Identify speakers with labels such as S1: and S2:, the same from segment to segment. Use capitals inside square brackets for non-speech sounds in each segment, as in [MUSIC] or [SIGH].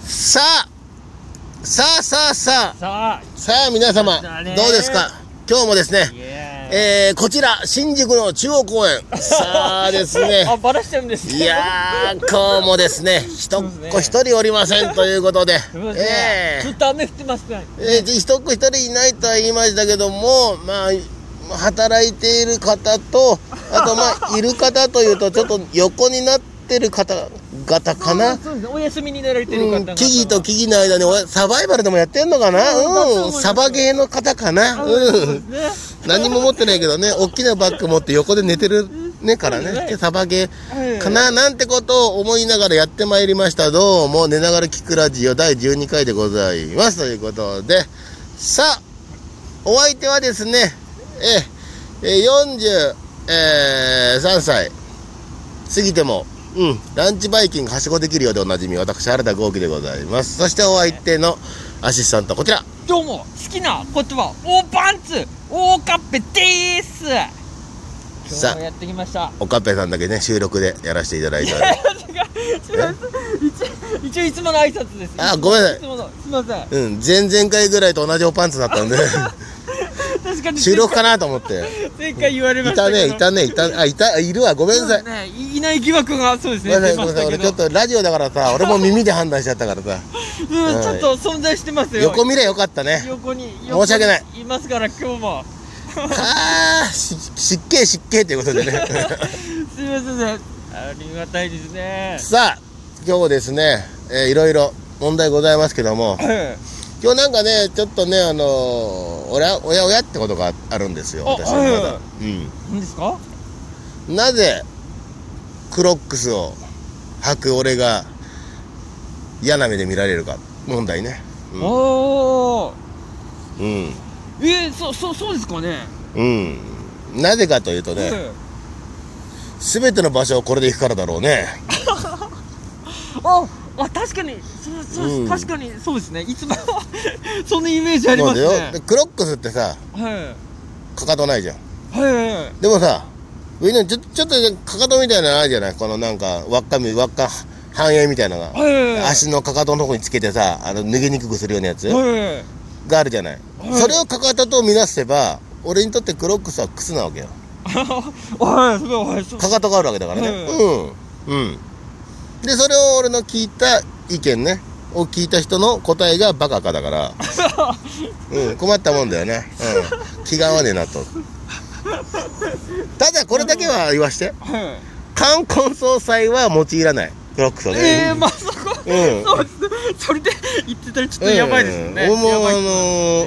S1: さあさあさあさあ
S2: さあ
S1: さあ皆様
S2: 来ましたね
S1: どうですか今日もですね
S2: イエ
S1: えー、こちら新宿の中央公園さあです
S2: ー [LAUGHS] イあ
S1: ね
S2: バラしてるんですね
S1: いやー今日もですね一っ子一人おりませんということで
S2: すいませんね
S1: え
S2: ず
S1: ー
S2: っと雨降ってますね
S1: えー、一っ子一人いないとは言いましたけどもまあ働いている方とあとまあいる方というとちょっと横になってる方々かな
S2: そうですねお休みになられてる方
S1: う
S2: 々
S1: ん
S2: は
S1: 木々と木々の間におサバイバルでもやってんのかな
S2: うんだと思
S1: う
S2: い
S1: ん
S2: ます
S1: サバゲーの方かな
S2: あ
S1: う
S2: そうんですね
S1: 何も持ってないけどね大きなバッグ持って横で寝てるねからねでサバゲーかななんてことを思いながらやってまいりましたどうも寝ながら聞くラジオ第12回でございますということでさあお相手はですねええ43歳過ぎてもうんランチバイキングはしごできるようでおなじみ私原田豪輝でございますそしてお相手のアシスタントこちら
S2: どうも好きな言葉オーパンツオーカッペでーす今
S1: さあ
S2: 日もやってきました
S1: おかっぺさんだけね収録でやらせていただいております
S2: 一一応いつもの挨拶です
S1: あごめんなさい
S2: つものすいません
S1: うん、前々回ぐらいと同じおパンツだったん
S2: [LAUGHS]
S1: で、
S2: 確かに
S1: 収録かなと思って。
S2: 前回言われま
S1: い
S2: した
S1: た
S2: けど
S1: ね、いたね、いた、あ、いた、いるわ、ごめんなさい。
S2: ねいいない疑惑がそうです
S1: ごめ
S2: ね
S1: んなさ
S2: 出
S1: い、ご
S2: ま
S1: めんなさい、
S2: したけ
S1: 俺ち
S2: ど
S1: ょっとラジオだから
S2: [LAUGHS]
S1: さ、俺も耳で判断しちゃったからさ、
S2: うん
S1: はい
S2: ちょっと存在してますよ
S1: 横見りゃよかったね。
S2: [LAUGHS] 横に
S1: [LAUGHS] 申し訳ない
S2: 横にいますから今日も
S1: あー、し失敬失敬ということでね。 [LAUGHS]
S2: すいませんねありがたいですね
S1: さあ、今日ですね、えーいろいろ問題ございますけども、今日なんかね、ちょっとね、あのー、おら、おやおやってことがあるんですよ、
S2: あ
S1: 私はまだ
S2: は。
S1: うん。
S2: 何ですか
S1: なぜクロックスを履く俺が嫌な目で見られるか問題ねう
S2: おー
S1: ん
S2: えー、そそそうですかね
S1: うん、うん、なぜかというとね
S2: え
S1: 全ての場所をこれで行くからだろうね
S2: えああ確かにそうそうです、
S1: うん
S2: 確かにそうですねいつも [LAUGHS] そのイメージありますね
S1: そうだよでクロックスってさ
S2: は
S1: かかとないじゃん
S2: いはいはい
S1: でもさ上にちょちょっとかかとみたいなのあるじゃないこのなんか輪っかみ輪っか半円みたいなのが
S2: はい
S1: 足のかかとのとこにつけてさあの脱げにくくするようなやつ
S2: はい [LAUGHS]
S1: があるじゃない
S2: はい
S1: それをかかとと見なせば俺にとってクロックスは靴なわけよ
S2: はいすごいはいそう
S1: かかとがあるわけだからね、うんうんでそれを俺の聞いた意見ねを聞いた人の答えがバカかだから、うん、困ったもんだよね、うん、気が合わねえなとただこれだけは言わして
S2: はい
S1: 冠婚葬祭は用いらないクロックスを
S2: え
S1: ね
S2: えまさか、
S1: うん
S2: そうですねそれで言ってたらちょっとやばいですね、
S1: うん俺も
S2: やばいです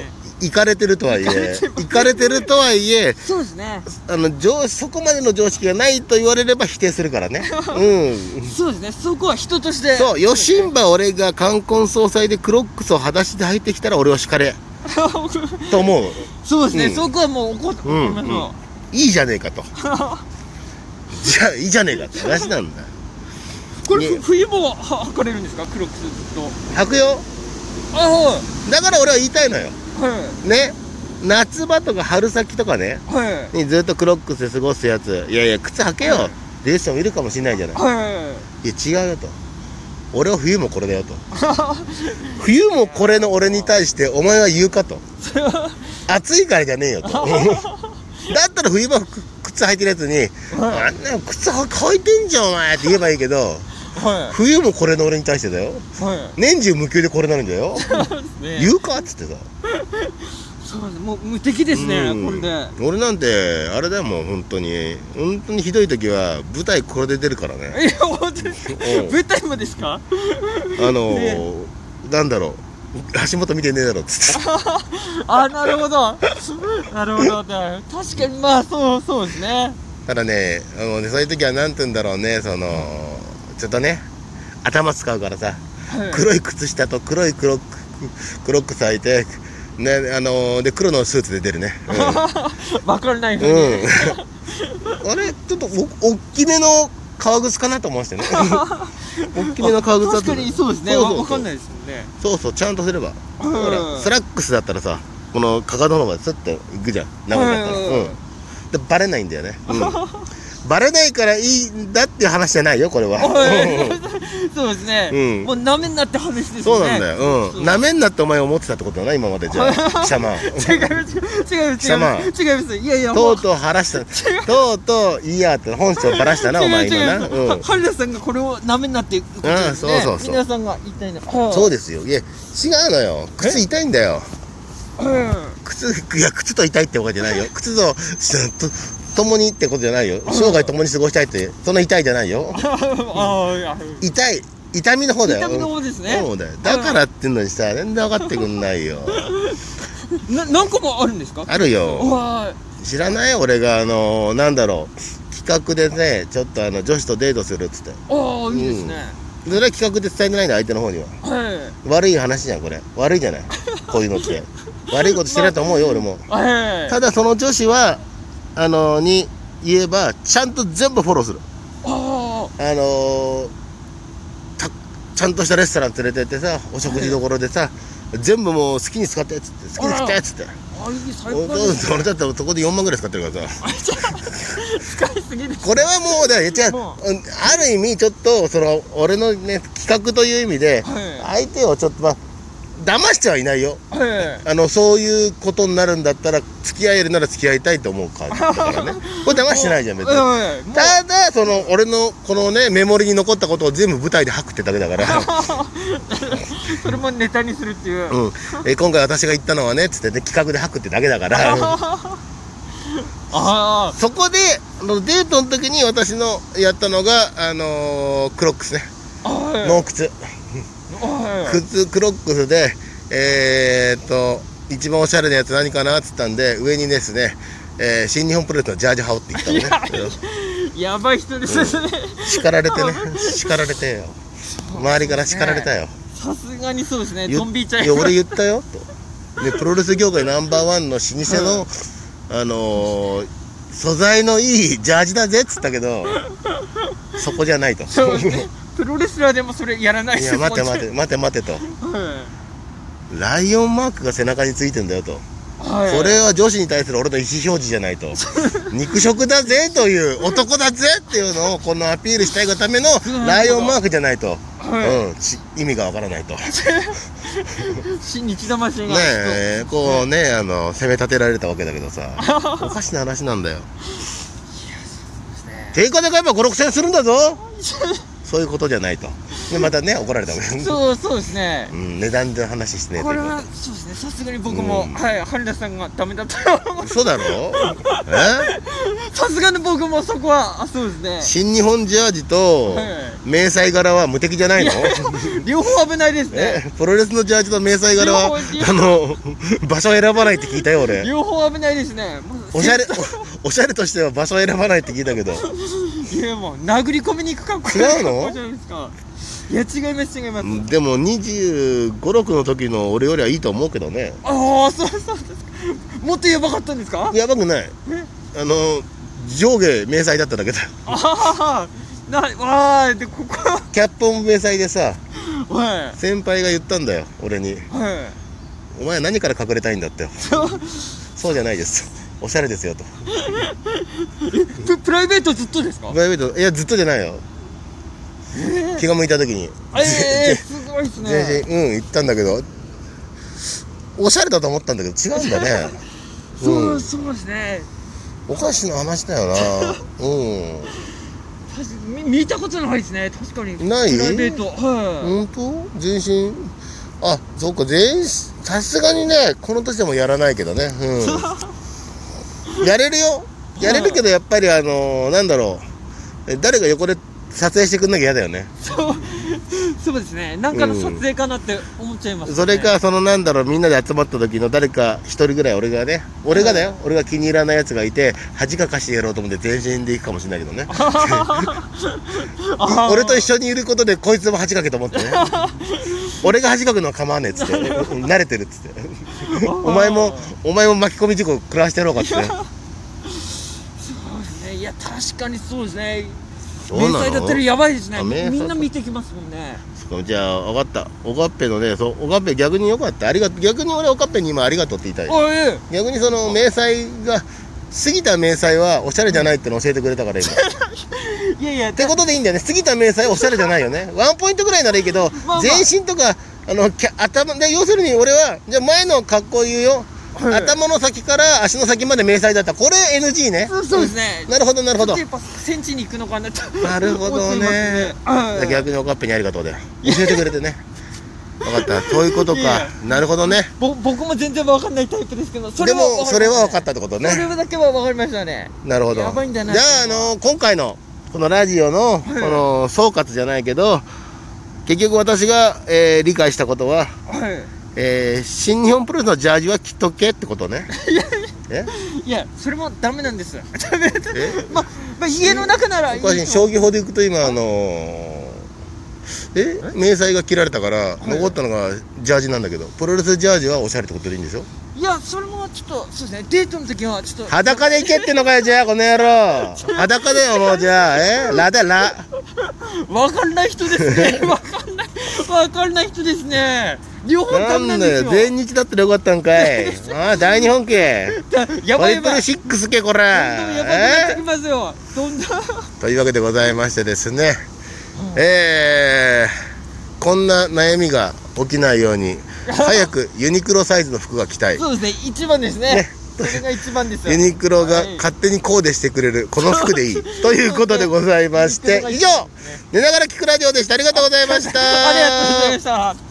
S1: あの
S2: ね
S1: 行かれてるとはいえ行かれてるとはいえ
S2: そうですね
S1: あの常そこまでの常識がないと言われれば否定するから
S2: [LAUGHS]
S1: ねうん
S2: そうですねそこは人として
S1: そう、
S2: よ
S1: よしんば俺が冠婚葬祭でクロックスを裸足で履いてきたら俺は惹かれ。と思う。
S2: [LAUGHS] そうですね、
S1: うん
S2: そこはもう怒って、
S1: うん
S2: 怒りましょ
S1: いいじゃねえかと。じゃあ、いいじゃねえかって話なんだ。
S2: う [LAUGHS] これ、
S1: ね
S2: 冬もは履かれるんですかクロックスずっと
S1: 履くよ。
S2: あは
S1: だから俺は言いたいのよ。
S2: いは
S1: ね。夏場とか春先とかね、
S2: いはい
S1: にずっとクロックスで過ごすやつ。いやいや、靴履けよ。っていう人もいるかもしれないじゃない。
S2: はい
S1: や、違うよと。俺は冬もこれだよと。冬もこれの俺に対してお前は言うかと。暑いからじゃね
S2: [LAUGHS]
S1: えよと。だったら冬場く靴履いてるやつに、
S2: は
S1: あんなの靴履いてんじゃんお前って言えばいいけど、
S2: いは
S1: 冬もこれの俺に対してだよ。
S2: いは
S1: 年中無休でこれなるんだよ。
S2: いそうですね
S1: 言うかっつってさ。
S2: そうですねもう無敵ですね
S1: うん
S2: これで
S1: 俺なんて、あれだよもう本当に。本当にひどい時は、舞台これで出るからね。
S2: いや本当ですか
S1: うん
S2: 舞台もです
S1: あ
S2: か
S1: のー
S2: ね、
S1: なんだろう。足元見てねえだろっつ
S2: [LAUGHS]
S1: って。
S2: あなるほどなるほどね確かにまあそうそうですね
S1: ただね、あのね、そういう時はなんて言うんだろうね、その、ちょっとね、頭使うからさ、
S2: はい
S1: 黒い靴下と黒いクロック、クロックス履いて、ね、あのー、で、黒のスーツで出るね。
S2: [LAUGHS] わからないふ
S1: う。
S2: うんに、 [LAUGHS]
S1: うん、あれ、ちょっとお、おっきめの革靴かなと思いま
S2: [LAUGHS]
S1: してね。おっきめの革靴だ
S2: 確
S1: った
S2: かにそうですね
S1: そう
S2: わ
S1: そう
S2: わかんないですもんね
S1: そうそう、ちゃんとすれば。
S2: うん
S1: ほらスラックスだったらさ、このかかとの方までスッと行くじゃん。長くなったら。
S2: うんうんうん
S1: うん。で、バレないんだよね。うんバレないからいいんだっていう話じゃないよ、これは。 [LAUGHS]
S2: そうですね、
S1: うん
S2: もうなめんなって話ですね
S1: そうなんだよ。うん。
S2: な
S1: なめんなってお前思ってたってことだな、今までじゃあ。貴
S2: [LAUGHS]
S1: 様。
S2: 違う違う違う違う違う
S1: 貴様
S2: 違いますいやいやも
S1: と
S2: う
S1: うとう晴らした。とうとう、いいやって本性ばらしたな、お前今な。
S2: 違う違う
S1: うん。
S2: 春菜さんがこれをなめんなっていうことですね、
S1: うんそうそうそう
S2: 皆さんが言いたいの
S1: そう
S2: で
S1: ですよ。いや、違うのよ。靴痛いんだよ。
S2: す、うん
S1: 靴、いや、靴と痛いってわけじゃないよ。靴と、と、共にってことじゃないよ。生涯共に過ごしたいって、そんな痛いじゃないよ。
S2: ああいや
S1: 痛い。痛みの方だよ。
S2: 痛みの方ですね
S1: そうだよ。だからってんのにさ、全然分かってくんないよ。
S2: な何個もあるんですか
S1: ある
S2: [LAUGHS]
S1: よ。
S2: わ
S1: 知らない俺があのなんだろう企画でねちょっとあの女子とデートするっつって
S2: あああいいですね、
S1: それは企画で伝えてないんだ相手の方には
S2: はい
S1: 悪い話じゃんこれ悪いじゃないこういうのって悪いことしてないと思うよ俺も
S2: はい
S1: ただその女子はあのに言えばちゃんと全部フォローする
S2: あ
S1: あのたちゃんとしたレストラン連れてってさお食事どころでさ全部もう好きに使ってっつって好きに使ってっつって
S2: ああいい最
S1: お
S2: 高です
S1: 俺だったらそこで4万ぐらい使ってるからさ
S2: 使いすぎです
S1: これはもうだよ、じゃあ
S2: も、
S1: ある意味、ちょっと、その、俺のね、企画という意味で、
S2: は
S1: 相手をちょっと、まあ、騙してはいないよ。
S2: いはい
S1: あの、そういうことになるんだったら、付き合えるなら付き合いたいと思う感じだから
S2: [LAUGHS]
S1: ね。これ騙してないじゃん、別に。
S2: はいもう
S1: ただ、その、俺の、このね、メモリに残ったことを全部舞台で吐くってだけだから。
S2: [LAUGHS] それもネタにするっていう、
S1: うん。え、今回私が言ったのはね、つってね、企画で吐くってだけだから。
S2: [LAUGHS] あ
S1: そこで、あの、デートの時に私のやったのが、あのークロックスね。
S2: あはい
S1: ノー靴。
S2: はい
S1: 靴クロックスでえー、っと一番おしゃれなやつ何かなっつったんで上にですね、えー新日本プロレスのジャージ羽織ってきたのね
S2: やばい人ですね
S1: 叱られてね叱られてよ周りから叱られたよ
S2: さすがにそうですね
S1: 言っ
S2: ゾンビちゃん
S1: いや俺言ったよとでプロレス業界ナンバーワンの老舗の、あのー素材のいいジャージだぜっつったけどそこじゃないと
S2: そうですねプロレスラーでもそれやらない
S1: い
S2: し
S1: や待て待
S2: て
S1: て待て待てと
S2: は
S1: ライオンマークが背中についてんだよと
S2: いはい
S1: これは女子に対する俺の意思表示じゃないと肉食だぜという男だぜっていうのをこのアピールしたいがための
S2: ど
S1: ライオンマークじゃないと、
S2: は
S1: うん、ち意味がわからないとね
S2: 新日魂が
S1: えこうねあの攻め立てられたわけだけど
S2: [LAUGHS]
S1: さおかしな話なんだよ定価で買えば56000円するんだ
S2: [LAUGHS]
S1: ぞそういうことじゃないとでまたね怒られたわけ、
S2: そうそうですね
S1: うん、値段で話してねえと
S2: こ
S1: い
S2: れ
S1: うこと
S2: はそうですねさすがに僕も、
S1: うん
S2: はい春菜さんがダメだった [LAUGHS] と思う
S1: 嘘だろえ
S2: さすがに僕もそこはあそうです
S1: 新日本ジャージと
S2: は
S1: 迷彩柄は無敵じゃないの [LAUGHS]
S2: ね両方危ないです
S1: え
S2: ね
S1: プロレスのジャージと迷彩柄は
S2: 両方いい
S1: あの場所選ばないって聞いたよ俺
S2: 両方危ないですねまず
S1: おしゃれおおしゃれとしては場所選ばないって聞いたけど
S2: いやもう殴り込みに行く格好
S1: 違うの
S2: じゃないですかいや違います違います、
S1: でも2 5 6の時の俺よりはいいと思うけどね
S2: ああそうそうですかもっとやばかったんですか
S1: やばくない
S2: え
S1: あの上下迷彩だっただけだ
S2: ああなわーいでここは
S1: キャップも迷彩でさ
S2: は
S1: 先輩が言ったんだよ俺に
S2: いはい
S1: 「お前は何から隠れたいんだ」って
S2: そう
S1: そうじゃないですおしゃれですよと
S2: ププライベートずっとですか
S1: プライベートいやずっとじゃないよ気が向いた
S2: [LAUGHS]
S1: 時に
S2: ええー、すごいですね
S1: [LAUGHS] 全身うん行ったんだけどおしゃれだと思ったんだけど違うんだね
S2: [LAUGHS] そううんそうですね
S1: おかしな話だよな
S2: [LAUGHS]
S1: う
S2: 確かに見見たことないですね確かに
S1: ない
S2: プライベートはい、
S1: ん本当全身あそっか全身さすがにねこの年でもやらないけどね
S2: [LAUGHS]
S1: うんやれるよやれるけどやっぱりあのーなんだろうえ誰が横で撮影してくんなきゃ嫌だよね
S2: そうそうですねなんかの撮影かなって思っちゃいます、ね
S1: それかそのなんだろうみんなで集まった時の誰か一人ぐらい俺がね俺がだよ俺が気に入らないやつがいて恥かかしてやろうと思って全身で行くかもしれないけどね
S2: あー
S1: 俺と一緒にいることでこいつも恥かけと思ってね俺が恥かくのは構わねえっつって慣れてるっつってお前もお前も巻き込み事故食らわしてやろうかっつって
S2: そうですねいや確かにそうですね
S1: そうな
S2: 迷
S1: の
S2: 彩だったらやばいですね
S1: あ迷彩
S2: みんな見てきますもんね
S1: そうじゃあ分かったおかっぺのねそうおかっぺ逆によかったありがと逆に俺おかっぺに今ありがとうって言いたい
S2: おい
S1: 逆にその迷彩が杉田明細はおしゃれじゃないっての教えてくれたから今っ
S2: いやいや
S1: てことでいいんだよね杉田明細はおしゃれじゃないよ
S2: [LAUGHS]
S1: ねワンポイントぐらいならいいけど、
S2: まあまあ
S1: 全身とかあのキャ頭で要するに俺はじゃあ前の格好言うよ、
S2: はい
S1: 頭の先から足の先まで明細だったこれ NG ね
S2: そうそうですね
S1: なるほどなるほど
S2: ちょっとやっぱ戦地に行くのかなと
S1: なるほど
S2: 思います
S1: ね
S2: はい
S1: 逆におかっぺにありがとうで教えてくれてね分かったそういうこと
S2: い
S1: か
S2: や
S1: なるほどね
S2: ぼ僕も全然わかんないタイプですけどそれ
S1: で
S2: は
S1: もそれは分か
S2: わ
S1: っ
S2: か
S1: たってこと
S2: りました
S1: ね
S2: それだけはわかりましたね
S1: なるほど。
S2: やばいんだな
S1: じゃあ、あの今回の、このラジオの、この、総括じゃないけど、結局私が、えー理解したことは、
S2: は
S1: えー新日本プロレスのジャージは着とけってこと
S2: [LAUGHS]
S1: ね。え
S2: いいやそれもダメなんですダメだ
S1: え
S2: ままあ家の中ならいい
S1: おかしい
S2: です
S1: 将棋法でいくと今、あのーえ迷彩が切られたから、残ったのがジャージなんだけど、プロレスジャージはおしゃれってことでいいんでしょ
S2: いやそれもちょっとそうですねデートの時はちょっと
S1: 裸で行けってのかよ、
S2: [LAUGHS]
S1: じゃあ、この野郎。裸だよ、もう、じゃあ、えラだ、ラ。
S2: わかんない
S1: [LAUGHS]
S2: 人ですねわかんないわかんない人ですね両方ダメな
S1: なんん
S2: で
S1: だ
S2: す
S1: よ、
S2: よ
S1: 全日だったらよかったんか
S2: [LAUGHS]
S1: い。ああ、大日本家。
S2: だやば
S1: ト
S2: い
S1: リ
S2: や
S1: プ
S2: ば
S1: ル
S2: い
S1: シックスけ、こら
S2: どんどんやばくなって
S1: え
S2: きますよどんどんは
S1: ーというわけでございましてですね、えー、こんな悩みが起きないよう
S2: [LAUGHS]
S1: に、早くユニクロサイズの服が着たい
S2: い。そうですね一番ですねそれが一番ですよ
S1: ユニクロが
S2: はい
S1: 勝手にコーデしてくれる、この服でいい。ということでございまして、以上、寝ながら聞くラジオでした。ありがとうございました。
S2: ありがとうございました